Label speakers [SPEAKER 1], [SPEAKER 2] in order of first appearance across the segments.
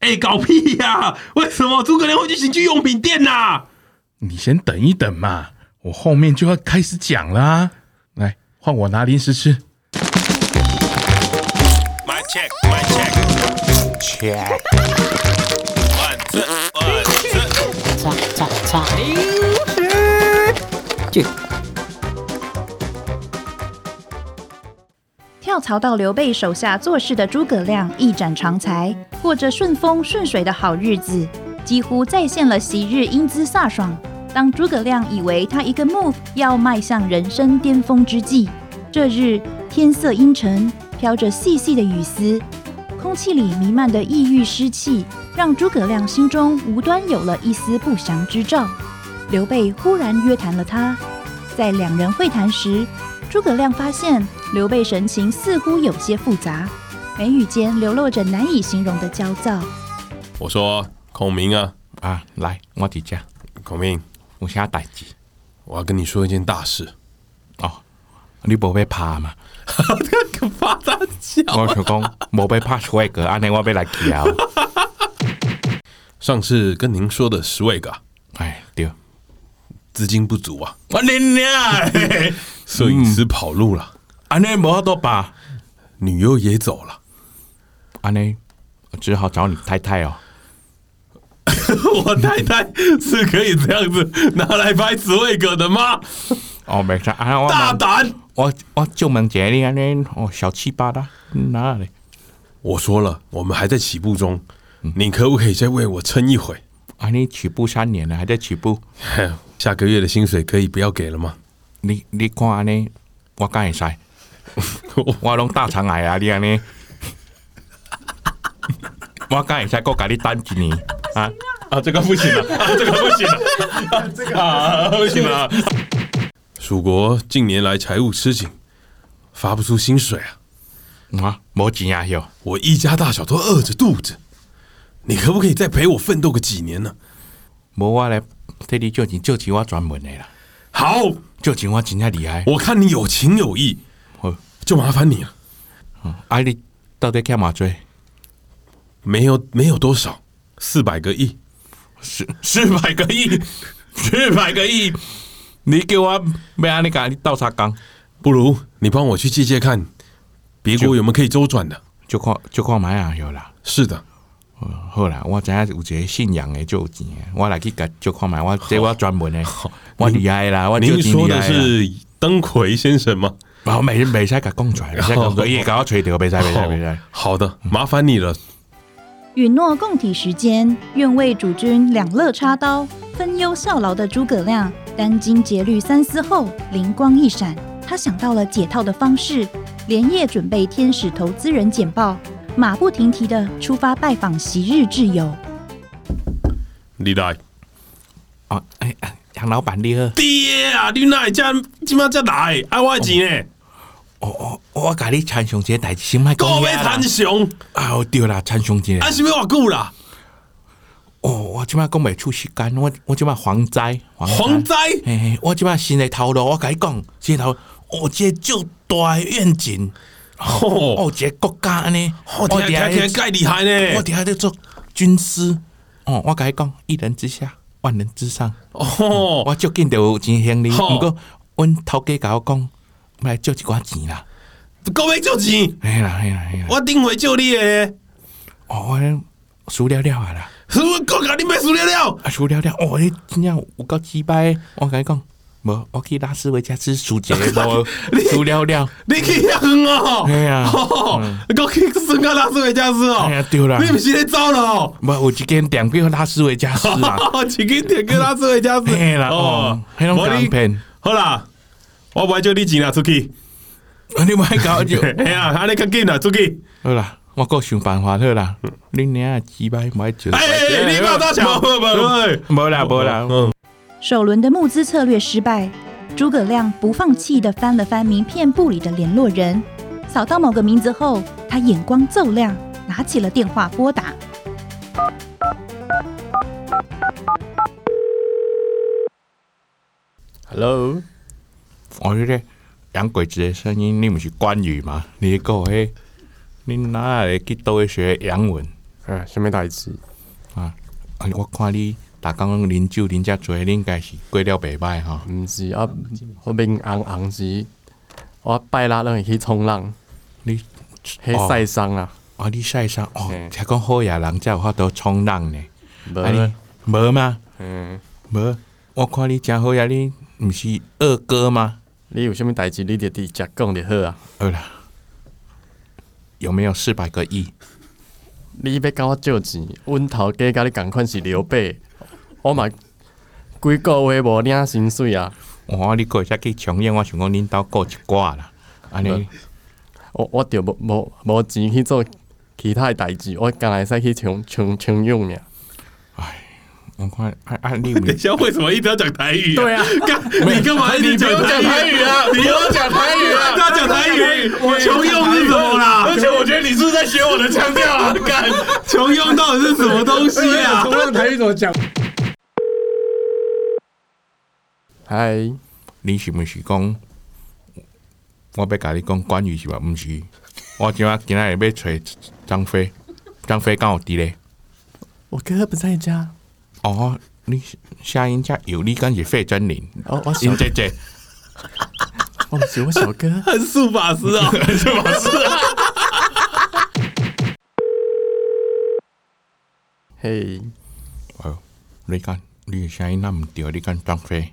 [SPEAKER 1] 哎、搞屁呀、为什么诸葛亮会去情趣用品店呐、
[SPEAKER 2] 你先等一等嘛，我后面就要开始讲啦、来，换我拿零食吃。
[SPEAKER 3] My check, my check. Check. One, two, one, two.
[SPEAKER 4] 恰恰恰，
[SPEAKER 5] 跳槽到刘备手下做事的诸葛亮一展长才，过着顺风顺水的好日子，几乎再现了昔日英姿飒爽。当诸葛亮以为他一个 move 要迈向人生巅峰之际，这日天色阴沉，飘着细细的雨丝，空气里弥漫的异域湿气，让诸葛亮心中无端有了一丝不祥之兆。刘备忽然约谈了他，在两人会谈时，诸葛亮发现刘备神情似乎有些复杂，眉宇间流露着难以形容的焦躁。
[SPEAKER 3] 我说孔明啊，
[SPEAKER 6] 啊，来，我底家，
[SPEAKER 3] 孔明，
[SPEAKER 6] 有啥代志？
[SPEAKER 3] 我要跟你说一件大事。
[SPEAKER 6] 哦，你无被拍 嘛？我想讲，无被拍出个，安尼我要 来跳。
[SPEAKER 3] 上次跟您说的十位个啊
[SPEAKER 6] 哎，对，
[SPEAKER 3] 资金不足啊，
[SPEAKER 6] 我你娘的，
[SPEAKER 3] 摄
[SPEAKER 1] 嗯
[SPEAKER 3] 影师跑路了，
[SPEAKER 6] 安尼无法度吧？
[SPEAKER 3] 女优也走 了，
[SPEAKER 6] 安尼只好找你太太哦。
[SPEAKER 3] 我太太是可以这样子拿来拍十位哥的吗？
[SPEAKER 6] 哦，没事，啊，我
[SPEAKER 3] 大胆！
[SPEAKER 6] 我我就问一下你安尼，哦，小气巴啦，哪里？
[SPEAKER 3] 我说了，我们还在起步中，
[SPEAKER 1] 嗯
[SPEAKER 3] 你可不可以再为我撑一会？
[SPEAKER 6] 安尼起步三年了，还在起步？
[SPEAKER 3] 下个月的薪水可以不要给了吗？
[SPEAKER 6] 你你看安尼，我敢 会使？我拢大肠癌啊！你安尼， 我敢会使？搁甲你等一年啊！
[SPEAKER 3] 啊，这个不行了，啊，这个不行了，啊， 这个、啊、不行了。蜀国近年来财务吃紧，发不出薪水啊，
[SPEAKER 6] 啊，无钱啊！哟，
[SPEAKER 3] 我一家大小都饿着肚子。你可不可以再陪我奋斗个几年呢？
[SPEAKER 6] 无我来替你借钱，借钱我专门的啦，
[SPEAKER 3] 好，
[SPEAKER 6] 借钱我真正厉害。
[SPEAKER 3] 我看你有情有义，
[SPEAKER 6] 好，
[SPEAKER 3] 就麻烦你了。
[SPEAKER 6] 啊你到底欠偌济？
[SPEAKER 3] 没有，没有多少，四百个亿。
[SPEAKER 6] 四四百个亿，四百个亿！你叫我要安尼甲你斗相共，
[SPEAKER 3] 不如你帮我去借借看，别国有没有可以周转的？
[SPEAKER 6] 就看就看买啊哟啦。
[SPEAKER 3] 是的，
[SPEAKER 6] 好啦，我知影有一个信仰的就有钱的，我来去甲就看卖，我这我专门的，我厉害啦，我
[SPEAKER 3] 您
[SPEAKER 6] 就
[SPEAKER 3] 说
[SPEAKER 6] 真厉
[SPEAKER 3] 的
[SPEAKER 6] 害啦。
[SPEAKER 3] 是登魁先生吗？
[SPEAKER 6] 我未未使甲讲出 来，未使讲出来，伊会甲我吹掉，未使未使
[SPEAKER 3] 好
[SPEAKER 6] 未使。
[SPEAKER 3] 好的，麻烦你了。
[SPEAKER 5] 允诺共体时间，愿为主君两肋插刀，分忧效劳的诸葛亮，殚精竭虑三思后，灵光一闪，他想到了解套的方式，连夜准备天使投资人简报，马不停蹄地出发拜访昔日挚友。
[SPEAKER 3] 你来，
[SPEAKER 6] 哦，哎，哎杨老板你好，
[SPEAKER 3] 爹啊，你哪会这今嘛才来？爱我的钱呢？
[SPEAKER 6] 我我哦我甲你参详一个代志，先莫讲
[SPEAKER 3] 够
[SPEAKER 6] 遐
[SPEAKER 3] 要
[SPEAKER 6] 啦
[SPEAKER 3] 参。详，
[SPEAKER 6] 啊，哦对啦，参详一个
[SPEAKER 3] 啊，。是要偌久啦？
[SPEAKER 6] 哦，我即摆讲袂出时间，我我即摆防灾，
[SPEAKER 3] 蝗灾
[SPEAKER 6] 嘿嘿，我即摆新的头路，我甲你讲，新的头路，哦，即个足大的愿景，
[SPEAKER 3] 吼，
[SPEAKER 6] 哦，一个国家安尼，哦
[SPEAKER 3] 我哦听
[SPEAKER 6] 伫
[SPEAKER 3] 听
[SPEAKER 6] 遐
[SPEAKER 3] 听，介厉害
[SPEAKER 6] 我
[SPEAKER 3] 呢！
[SPEAKER 6] 伫遐咧做军师，哦，我甲你讲，一人之下，万人之上，
[SPEAKER 3] 哦，
[SPEAKER 6] 我足紧就有钱行哩，
[SPEAKER 3] 吼
[SPEAKER 6] 毋过阮头家甲我讲，要来借一寡钱啦，
[SPEAKER 3] 够要借钱，
[SPEAKER 6] 嘿啦嘿啦嘿啦，
[SPEAKER 3] 我顶回借你的，
[SPEAKER 6] 哦，我输了了啊啦，
[SPEAKER 3] 是我够甲你买输了了。
[SPEAKER 6] 啊输了了，哦，你真正有够鸡掰的，我甲你讲。无，我去拉斯维加斯输一个，无输了了，
[SPEAKER 3] 你去遐远哦，
[SPEAKER 6] 嘿啊
[SPEAKER 3] 吼我去圣卡拉斯维加斯哦
[SPEAKER 6] 哎呀，对啦
[SPEAKER 3] 你毋是咧走了哦，
[SPEAKER 6] 无有一间店叫拉斯维加斯 啦，
[SPEAKER 3] 一个点去拉斯维加斯，
[SPEAKER 6] 嘿啦，哦，迄拢
[SPEAKER 3] 无你
[SPEAKER 6] 港片，
[SPEAKER 3] 好啦，我不爱借你钱啦，出 去，
[SPEAKER 6] 啊你莫搞就，
[SPEAKER 3] 哎呀，安尼较紧啦，出去，
[SPEAKER 6] 好啦，我搁想办法好啦，你娘的鸡巴莫就，
[SPEAKER 3] 哎，哎你莫大小，不不不，
[SPEAKER 6] 无啦无啦，
[SPEAKER 3] 嗯，
[SPEAKER 5] 首轮的募资策略失败，诸葛亮不放弃地翻了翻名片簿里的联络人，扫到某个名字后，他眼光骤亮，拿起了电话拨打。
[SPEAKER 6] Hello，我迄哦个洋鬼子的声音，你毋是关羽吗？你个迄，你哪会去倒去学洋文？
[SPEAKER 4] 哎，什么代志？
[SPEAKER 6] 啊，我看你逐工拢啉酒啉遮侪，你应该是过了袂歹吼。
[SPEAKER 4] 毋是啊，我面红红是，我拜六拢会去冲浪，
[SPEAKER 6] 你
[SPEAKER 4] 迄晒伤啊，
[SPEAKER 6] 啊，你晒伤哦，
[SPEAKER 4] 嗯
[SPEAKER 6] 听讲好野人才有法度冲浪呢。
[SPEAKER 4] 无
[SPEAKER 6] 啊你无吗？
[SPEAKER 4] 嗯，
[SPEAKER 6] 无，我看你诚好呀，你毋是二哥吗？
[SPEAKER 4] 你有啥物代志，你就直接讲就好啊。
[SPEAKER 6] 好啦，有没有四百个亿？
[SPEAKER 4] 你要甲我借钱，阮头家甲你共款是刘备，我嘛几个月无领薪水啊，
[SPEAKER 6] 哇，哦你过会使去抢演，我想讲恁兜顾一寡啦。安尼，
[SPEAKER 4] 我我就无无无钱去做其他诶代志，我干会使去冲冲冲泳尔。
[SPEAKER 6] 我看啊啊，你有
[SPEAKER 3] 等一下为什么一定要讲台语、啊？
[SPEAKER 4] 对啊
[SPEAKER 3] 干，你干嘛一直讲台语啊？你要讲台语啊？他讲台语，我穷用是什么啦？而且我觉得你是不是在学我的腔调 啊？干，穷用到底是什么东西 啊？
[SPEAKER 7] 浪台语怎么讲？
[SPEAKER 4] 嗨，
[SPEAKER 6] 你是毋是讲？我要甲你讲关羽是吧？毋是，我今仔今仔日要找张飞，张飞敢有伫咧？
[SPEAKER 4] 我哥不在家，
[SPEAKER 6] 哦，你下音家有你敢是费真灵？
[SPEAKER 4] 哦，我小
[SPEAKER 6] 林姐姐，
[SPEAKER 4] 我是我小哥，
[SPEAKER 3] 很素法师啊，很素法师啊！
[SPEAKER 4] 嘿，
[SPEAKER 6] 哦，你敢你的声音那毋对，你敢张飞？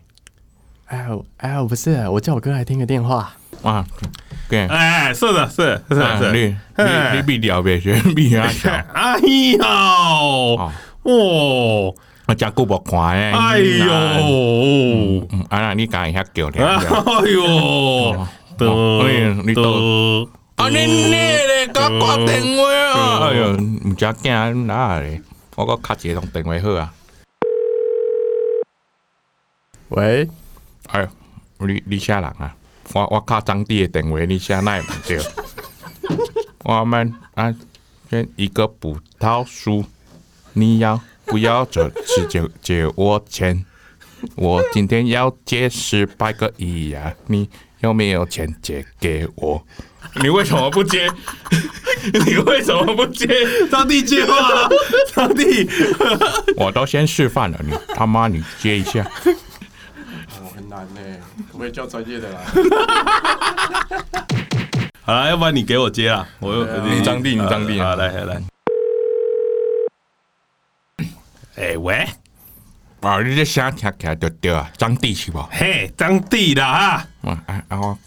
[SPEAKER 4] 哎呦哎呦，不是，我叫我哥来听个电话。
[SPEAKER 6] 啊，对，
[SPEAKER 3] 哎，是的，是的是
[SPEAKER 6] 啊
[SPEAKER 3] 的，
[SPEAKER 6] 你
[SPEAKER 3] 是的。
[SPEAKER 6] 你你必聊呗，学 必聊啥？
[SPEAKER 3] 哎呦，嗯
[SPEAKER 6] 哦，
[SPEAKER 3] 哦，
[SPEAKER 6] 我真久无看诶。
[SPEAKER 3] 哎呦，
[SPEAKER 6] 嗯，啊，那你敢会遐叫 咧？
[SPEAKER 3] 哎呦，得
[SPEAKER 6] 你你
[SPEAKER 3] 得，
[SPEAKER 6] 啊，你你咧，甲我挂电话啊！哎呦，毋只惊哪咧？我搁卡一个通电话好啊！
[SPEAKER 4] 喂，
[SPEAKER 6] 哎呦，你你啥人啊？我我卡张弟的电话，你啥那会毋对？我们啊，选一个葡萄树，你要不要这次就借我钱？我今天要借十百个亿呀、你有没有钱借给我？你为什么不接？你为什么不接？
[SPEAKER 3] 上帝接话了，上帝，
[SPEAKER 6] 我都先示范了，你他妈你接一下。
[SPEAKER 4] 很难呢，可不可以叫专业的来？
[SPEAKER 3] 好了，要不然你给我接啦，我又
[SPEAKER 6] 你张帝你张帝
[SPEAKER 3] 好来来来，哎喂，
[SPEAKER 6] 啊，你这声听起来就对啊，张弟是无？
[SPEAKER 3] 嘿，张帝啦哈，
[SPEAKER 6] 啊啊啊！我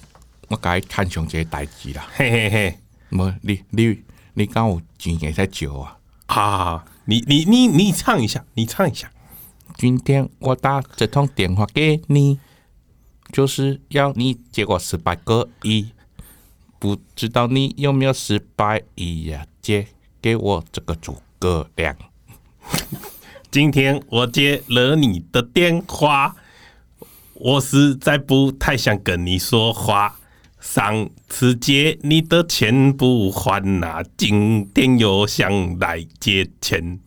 [SPEAKER 6] 我甲伊摊上一个代志啦，
[SPEAKER 3] 嘿嘿嘿，
[SPEAKER 6] 无你你你敢有钱会使借我啊？
[SPEAKER 3] 啊，你你你你唱一下，你唱一下，
[SPEAKER 6] 今天我打这通电话给你，就是要你借我十百个亿，不知道你有没有十百亿呀、借给我这个诸葛亮。
[SPEAKER 3] 今天我接了你的电话，我实在不太想跟你说话。上次借你的钱不还呐、今天又想来借钱。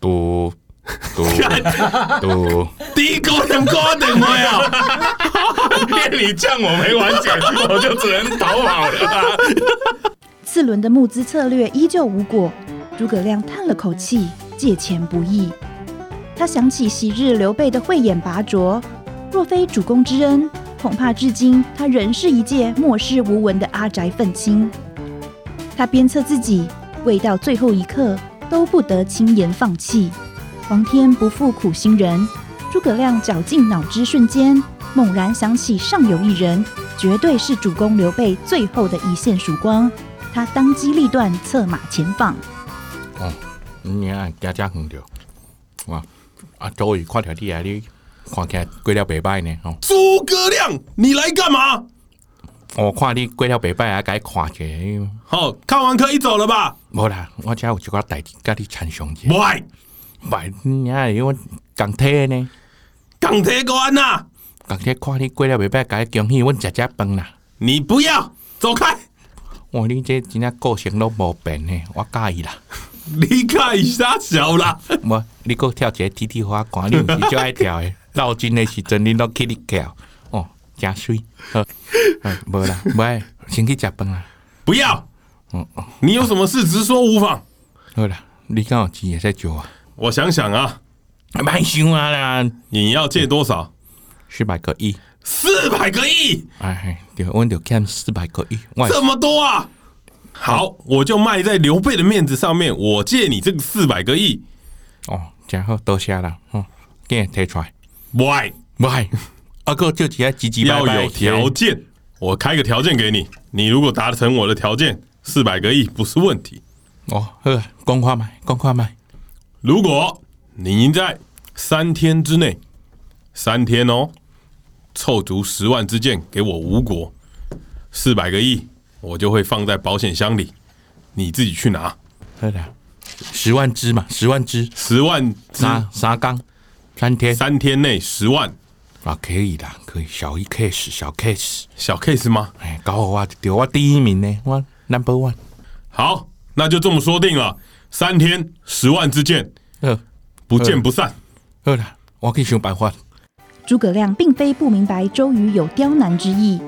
[SPEAKER 6] 嘟嘟嘟，
[SPEAKER 3] 第一个人挂电话啊！ 因为你这样我没完讲，我就只能逃跑了、
[SPEAKER 5] 次轮的募资策略依旧无果，诸葛亮叹了口气，借钱不易。他想起昔日刘备的慧眼拔灼，若非主公之恩，恐怕至今他仍是一介默世无闻的阿宅愤青。他鞭策自己，未到最后一刻都不得轻言放弃。皇天不负苦心人，诸葛亮绞尽脑汁，瞬间猛然想起上有一人，绝对是主公刘备最后的一线曙光。他当机立断，策马前放。
[SPEAKER 6] 你啊，加加远着，哇！啊，周瑜看着你啊，你看起来过了袂歹呢吼。
[SPEAKER 3] 诸葛亮，你来干嘛？
[SPEAKER 6] 我哦看你过了袂歹啊，甲伊看一下。
[SPEAKER 3] 好、看完可以走了吧？
[SPEAKER 6] 无啦，我遮有一寡代志甲你参详者。
[SPEAKER 3] 不爱，
[SPEAKER 6] 袂，你啊，因为共体呢，
[SPEAKER 3] 港铁国安呐，
[SPEAKER 6] 共体看你过了袂歹，甲伊恭喜阮食食饭啦。
[SPEAKER 3] 你不要走开，
[SPEAKER 6] 哇，你这真正个性拢无变呢，我介意啦。
[SPEAKER 3] 离开沙小啦。
[SPEAKER 6] 无，你搁跳一个踢踢花，看你毋是最爱跳的。绕境的时阵，你拢去你跳，哦，真水。好，啊无啦，袂，先去食饭啦。
[SPEAKER 3] 不要，你有什么事直说无妨。
[SPEAKER 6] 好啦，你敢有钱会使借啊？
[SPEAKER 3] 我想想啊，
[SPEAKER 6] 卖想啊啦，
[SPEAKER 3] 你要借多少？
[SPEAKER 6] 四百个亿，
[SPEAKER 3] 四百个亿，
[SPEAKER 6] 哎，对，阮就欠四百个亿，我
[SPEAKER 3] 这么多啊！好，我就卖在刘备的面子上面，我借你这个四百个亿。
[SPEAKER 6] 哦，真好，多谢啦，嗯，今摕出来，
[SPEAKER 3] 喂，
[SPEAKER 6] 喂，啊哥，就只个唧唧拜
[SPEAKER 3] 要
[SPEAKER 6] 拜
[SPEAKER 3] 有条件，我开个条件给你，你如果达成我的条件，四百个亿不是问题。
[SPEAKER 6] 哦，好啊，讲看卖，讲看卖，
[SPEAKER 3] 如果你在三天之内，三天哦，凑足十万支箭给我吴国，四百个亿，我就会放在保险箱里，你自己去拿。
[SPEAKER 6] 好啦，十万只嘛，十万只，
[SPEAKER 3] 十万支，
[SPEAKER 6] 三三缸，三天
[SPEAKER 3] 三天内十万，
[SPEAKER 6] 啊，可以啦，可以，小一 case，小 case，
[SPEAKER 3] 小 case 吗？
[SPEAKER 6] 哎，搞好我对我第一名呢，我 number one，
[SPEAKER 3] 好，那就这么说定了，三天十万支箭，
[SPEAKER 6] 好，
[SPEAKER 3] 不见不散。
[SPEAKER 6] 好啦，我去想办法，
[SPEAKER 5] 诸葛亮并非不明白周瑜有刁难之意，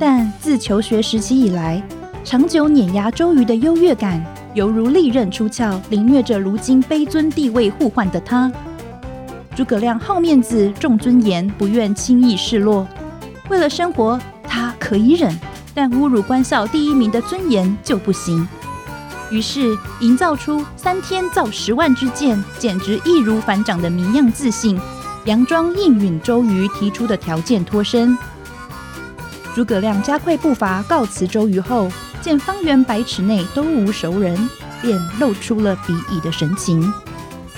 [SPEAKER 5] 但自求学时期以来，长久碾压周瑜的优越感，犹如利刃出鞘，凌虐着如今卑尊地位互换的他。诸葛亮好面子、重尊严，不愿轻易示弱。为了生活，他可以忍，但侮辱官校第一名的尊严就不行。于是，营造出三天造十万支箭，简直易如反掌的谜样自信，佯装应允周瑜提出的条件脱身。诸葛亮加快步伐告辞周瑜后，见方圆百尺内都无熟人，便露出了鄙夷的神情。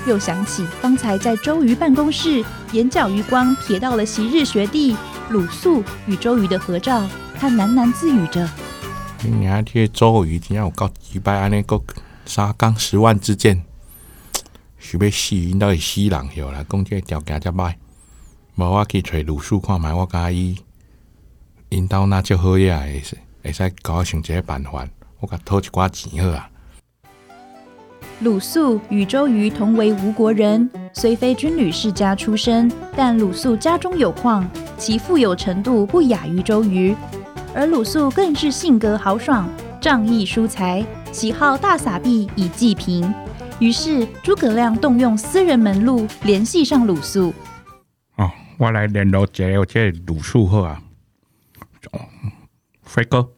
[SPEAKER 5] 又想起方才在周瑜办公室，眼角余光瞥到了昔日学弟鲁肃与周瑜的合照，他喃喃自语着。
[SPEAKER 6] 你娘这个周瑜真正有够鸡巴安尼个三缸十万之箭，想要死，因到会死人诺啦，讲这个条件遮歹，无我去找鲁肃看觅，我甲伊因兜若足好呀，会使会使甲我想一个办法，我甲讨一寡钱好啊。
[SPEAKER 5] 鲁肃与周瑜同为吴国人，虽非军旅世家出身，但鲁肃家中有矿，其富有程度不亚于周瑜。而鲁肃更是性格豪爽、仗义疏财，喜好大撒币以济贫。于是诸葛亮动用私人门路联系上鲁肃，
[SPEAKER 6] 哦，我来联络一下有这个鲁肃好啊。哦飞哥，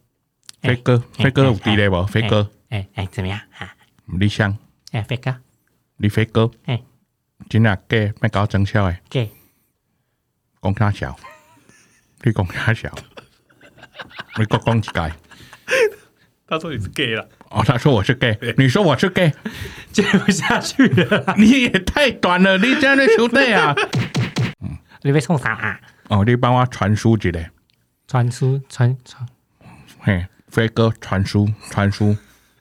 [SPEAKER 6] 飞哥，
[SPEAKER 7] 哎
[SPEAKER 6] 飞哥有伫咧无？
[SPEAKER 7] 哎
[SPEAKER 6] 飞哥，
[SPEAKER 7] 哎哎哎，怎么样啊？
[SPEAKER 6] 你想
[SPEAKER 7] 哎，飞哥，
[SPEAKER 6] 你飞哥
[SPEAKER 7] 哎，
[SPEAKER 6] 真啊假？卖甲我装笑诶。
[SPEAKER 7] 这
[SPEAKER 6] 讲啥笑？ 你讲啥笑？你给我讲一解。
[SPEAKER 8] 他说你是 gay 了，
[SPEAKER 6] 哦，他说我是 gay，你说我是 gay，
[SPEAKER 8] 接不下去了啦，
[SPEAKER 6] 你也太短了，你这样的兄弟啊！
[SPEAKER 7] 你被送啥啊？
[SPEAKER 6] 哦，你帮我传输一下，
[SPEAKER 7] 传输传传，
[SPEAKER 6] 嘿，飞哥传输传输。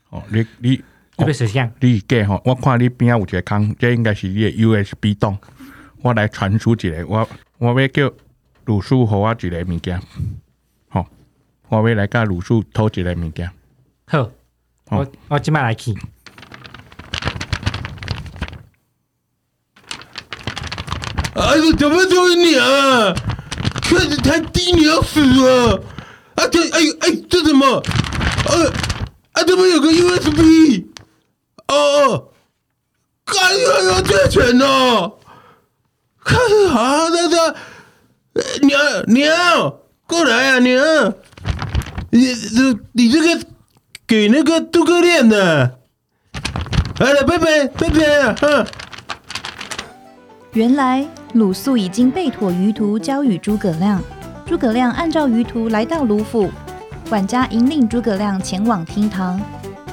[SPEAKER 6] 哦，你你
[SPEAKER 7] 你被谁像？
[SPEAKER 6] 你 gay 吼，我看你边啊有一个空，这应该是你的 USB 档，我来传输一下，我我要叫鲁肃给我一个物件，吼、哦，我要来甲鲁肃讨一个物件。
[SPEAKER 7] 好，
[SPEAKER 6] 好
[SPEAKER 7] 我我即摆来去。
[SPEAKER 9] 啊，怎么都是你啊？看着他滴你要死啊！啊，这哎哎，这什么？啊啊，怎么有个 USB？哦哦，干又要借钱哦！看啊，那个呃娘娘过来啊，娘！你这你这个给那个诸葛亮的，好了，拜拜拜拜啊！哼
[SPEAKER 5] 原来鲁肃已经被妥舆图交与诸葛亮，诸葛亮按照舆图来到鲁府，管家引领诸葛亮前往厅堂。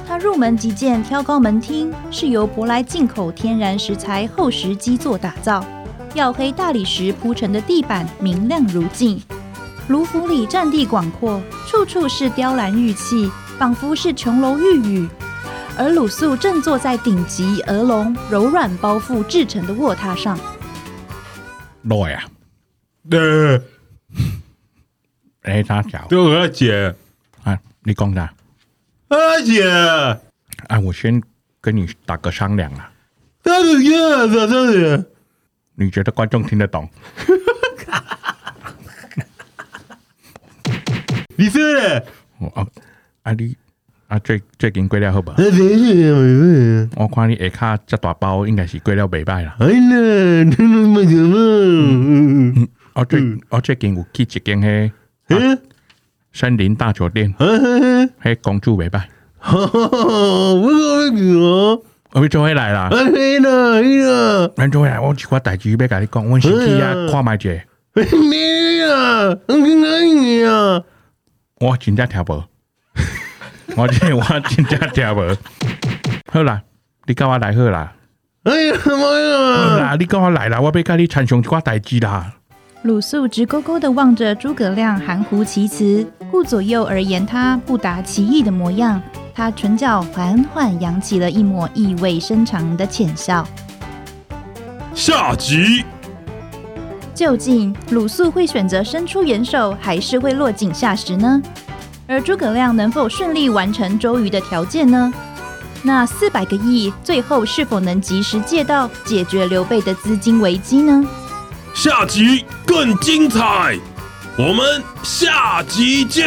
[SPEAKER 5] 他入门即见挑高门厅是由舶来进口天然石材厚实基座打造，耀黑大理石铺成的地板明亮如镜。卢府里占地广阔，处处是雕栏玉砌，仿佛是琼楼玉宇。而鲁肃正坐在顶级鹅绒柔软包覆制成的卧榻上，
[SPEAKER 6] 落啊呀，
[SPEAKER 8] 呃，
[SPEAKER 6] 哎，啥笑？
[SPEAKER 8] 都我姐，
[SPEAKER 6] 啊，你讲啥？
[SPEAKER 8] 阿姐，
[SPEAKER 6] 啊，我先跟你打个商量啊，
[SPEAKER 8] 他怎么样啊？这人，
[SPEAKER 6] 你觉得观众听得懂？
[SPEAKER 8] 你说嘞？
[SPEAKER 6] 哦啊，啊你啊，最最近过了好吧？
[SPEAKER 9] 那真是
[SPEAKER 6] 我看你下骹遮大包，应该是过了袂歹啦。
[SPEAKER 9] 哎呀，那么什么？
[SPEAKER 6] 我哦最我最近有去一间迄
[SPEAKER 9] 嗯，
[SPEAKER 6] 森林大酒店，
[SPEAKER 9] 啊
[SPEAKER 6] 迄公主袂歹。
[SPEAKER 9] 哈哈哈，我搞那个，
[SPEAKER 6] 我要做回来啦，
[SPEAKER 9] 哎呀，哎呀，
[SPEAKER 6] 咱做回来，我有一寡代志要甲你讲，阮先去
[SPEAKER 9] 嗯
[SPEAKER 6] 遐看觅者。
[SPEAKER 9] 你呀，我跟你呀，
[SPEAKER 6] 我真正听无， 我真我真正听无。好啦，你甲我来好啦，
[SPEAKER 9] 哎呀妈
[SPEAKER 6] 好
[SPEAKER 9] 呀！
[SPEAKER 6] 啦，你甲我来啦，我要甲你参详一寡代志啦。
[SPEAKER 5] 鲁肃直勾勾地望着诸葛亮含糊其辞，顾左右而言他，不达其意的模样。他唇角缓缓扬起了一抹意味深长的浅笑。
[SPEAKER 3] 下集
[SPEAKER 5] 究竟鲁肃会选择伸出援手，还是会落井下石呢？而诸葛亮能否顺利完成周瑜的条件呢？那四百个亿最后是否能及时借到，解决刘备的资金危机呢？
[SPEAKER 3] 下集更精彩，我们下集见。